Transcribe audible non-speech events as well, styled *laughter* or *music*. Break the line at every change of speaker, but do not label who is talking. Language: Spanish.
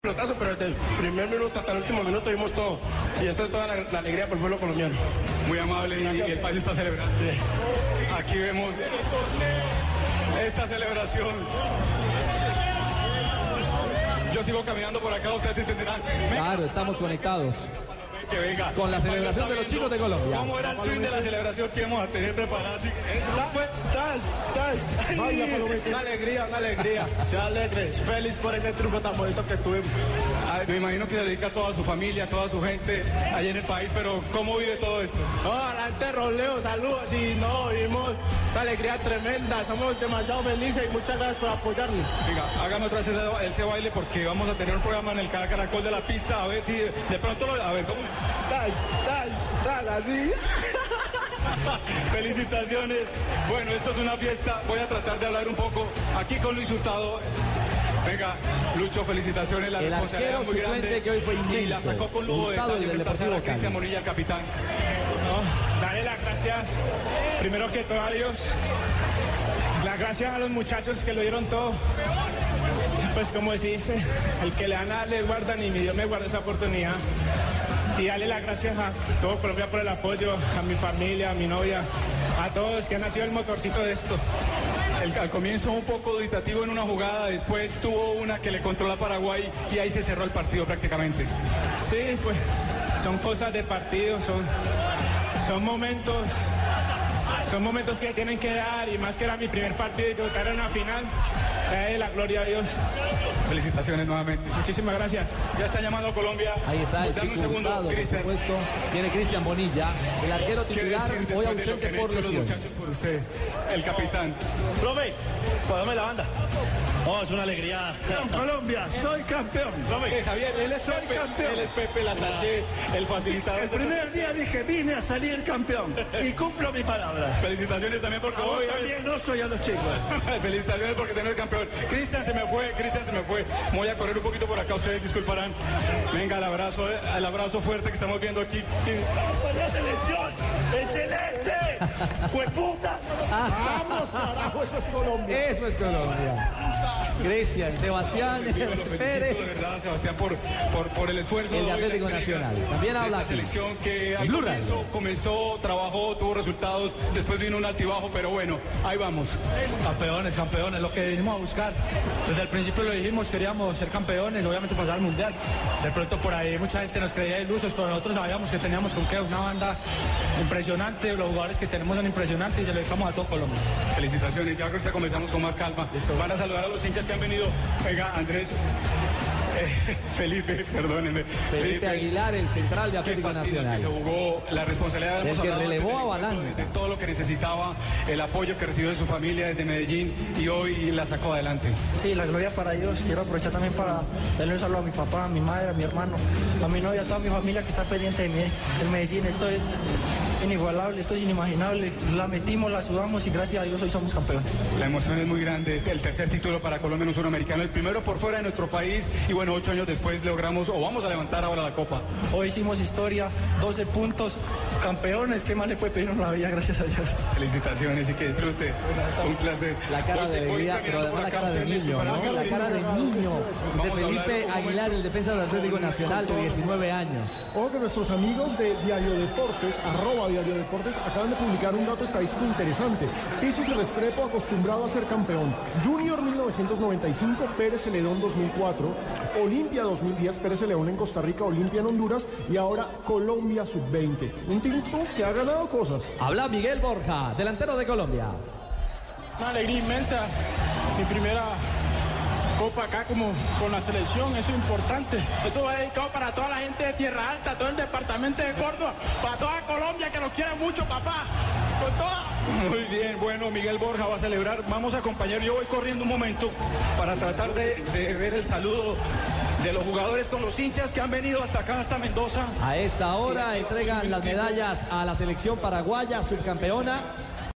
pelotazo, pero desde el primer minuto hasta el último minuto vimos todo. Y esto es toda la, la alegría por el pueblo colombiano.
Muy amable y, y el país está celebrando. Aquí vemos esta celebración. Yo sigo caminando por acá, ustedes entenderán. Me-
Claro, estamos conectados.
que venga.
Con la
Papá
celebración
está
de los
viendo
chicos de Colombia.
¿Cómo era el swing de la celebración que íbamos a tener preparada? Así que esa fue-
Vaya, Palomita.
Una alegría, una alegría.
Sea alegre, feliz por este ese triunfo tan bonito que tuvimos.
Ay, me imagino que se dedica a toda su familia, a toda su gente allá en el país, pero ¿cómo vive todo esto?
No, adelante Roleo, saludos y no, vimos una alegría tremenda, somos demasiado felices y muchas gracias por apoyarnos.
Venga, hágame otra vez ese, ese baile porque vamos a tener un programa en el cada caracol de la pista, a ver si de pronto lo... A ver, ¿cómo?
Tas, tas, tas, así.
Felicitaciones. Bueno, esto es una fiesta. Voy a tratar de hablar un poco aquí con Luis Hurtado. Venga, Lucho, felicitaciones. La
El
responsabilidad
arquero
muy
suplente
grande.
que hoy fue
y
inmenso.
la sacó con lujo de
Hurtado,
detalle.
el del
Reemplazar a
Deportivo
Cristian
Cali.
Monilla, el capitán.
Darle las gracias, primero que todo a Dios, las gracias a los muchachos que lo dieron todo. Pues como se dice, el que le dan a le guardan y mi Dios me guarda esa oportunidad. Y darle las gracias a todo Colombia por el apoyo, a mi familia, a mi novia, a todos que han nacido el motorcito de esto.
El- al comienzo un poco duditativo en una jugada, después tuvo una que le controla Paraguay y ahí se cerró el partido prácticamente.
Sí, pues son cosas de partido, son, son momentos, son momentos que tienen que dar y más que era mi primer partido y debutar en una final, eh, la gloria a Dios.
Felicitaciones nuevamente.
Muchísimas gracias.
Ya está llamando a Colombia.
Ahí está el
Dame
chico
un segundo,
Hurtado, por
Cristian.
supuesto. Viene Cristian Bonilla, el arquero
¿Qué
titular,
decir
hoy
después de lo que
ausente
han
por
hecho los
lesión.
muchachos por usted? El capitán.
Profe, poneme la banda.
Oh, es una alegría.
Colombia, soy campeón.
Eh, Javier, él es
Soy
Pepe,
campeón.
él es Pepe Latache, el facilitador.
El primer día dije, vine a salir campeón y cumplo mi palabra.
Felicitaciones también porque
Ah,
hoy,
Hoy también no soy a los chicos.
*laughs* felicitaciones porque tenés campeón. Cristian se me fue, Cristian se me fue. Voy a correr un poquito por acá, ustedes disculparán. Venga, el abrazo, eh, el abrazo fuerte que estamos viendo aquí.
¡La selección! ¡Excelente! *laughs* ¡Pues puta!
Eso es Colombia. Cristian, Sebastián
Viva, lo felicito de
Pérez.
verdad, Sebastián, por, por, por el esfuerzo
El de
y la
Atlético
entrega
Nacional.
de
También habla
esta
aquí.
selección que al
Blue
comienzo comenzó, trabajó, tuvo resultados, después vino un altibajo, pero bueno, ahí vamos.
Campeones, campeones, lo que vinimos a buscar. Desde el principio lo dijimos, queríamos ser campeones, obviamente pasar al mundial. De pronto por ahí mucha gente nos creía ilusos, pero nosotros sabíamos que teníamos con qué una banda impresionante, los jugadores que tenemos son impresionantes y se lo dedicamos a todo Colombia.
Felicitaciones, ya ahorita comenzamos con más calma. Van a saludar a los hinchas que han venido. Venga, Andrés, eh, *laughs* Felipe, perdónenme.
Felipe Aguilar, el central de
Qué
Atlético
partido el que se
Nacional.
jugó, la responsabilidad
El
hemos
que
hablado
relevó
antes del
a
encuentro,
Balanta.
de todo lo que necesitaba, el apoyo que recibió de su familia desde Medellín y hoy la sacó adelante.
Sí, la gloria para Dios. Quiero aprovechar también para darle un saludo a mi papá, a mi madre, a mi hermano, a mi novia, a toda mi familia que está pendiente de mí en Medellín. Esto es inigualable, esto es inimaginable. La metimos, la sudamos y gracias a Dios hoy somos campeones.
La emoción es muy grande, el tercer título para Colombia en un suramericano, el primero por fuera de nuestro país y bueno, ocho años después logramos o vamos a levantar ahora la copa.
Hoy hicimos historia, 12 puntos, campeones. ¿Qué más le puede pedir a la vida? Gracias a Dios.
Felicitaciones y que disfrute. Un placer.
La cara
Hoy se-
de
hoy
alegría, pero
caminando por
además la
acá,
cara de
ustedes me
niño,
disculparán,
¿no? La
Carolina.
cara de niño de
Vamos a hablar
Felipe
un momento
Aguilar, el defensa del Atlético
con-
Nacional de
con-
19 años.
O que nuestros amigos de Diario Deportes, arroba Diario Deportes, acaban de publicar un dato estadístico interesante. Pisis Restrepo acostumbrado a ser campeón. Junior 1995, Pérez Celedón 2004, Olimpia 2010, Pérez Celedón en Costa Rica, Olimpia en Honduras y ahora Colombia Sub-20. Un tipo que ha ganado cosas.
Habla Miguel Borja, delantero de Colombia.
Una alegría inmensa, mi primera copa acá como con la selección, eso es importante.
Eso va dedicado para toda la gente de Tierra Alta, todo el departamento de Córdoba, para toda Colombia que nos quiere mucho, papá. Con toda.
Muy bien, bueno, Miguel Borja va a celebrar. Vamos a acompañar, yo voy corriendo un momento para tratar de, de ver el saludo de los jugadores con los hinchas que han venido hasta acá, hasta Mendoza.
A esta hora entregan las medallas a la selección paraguaya, subcampeona,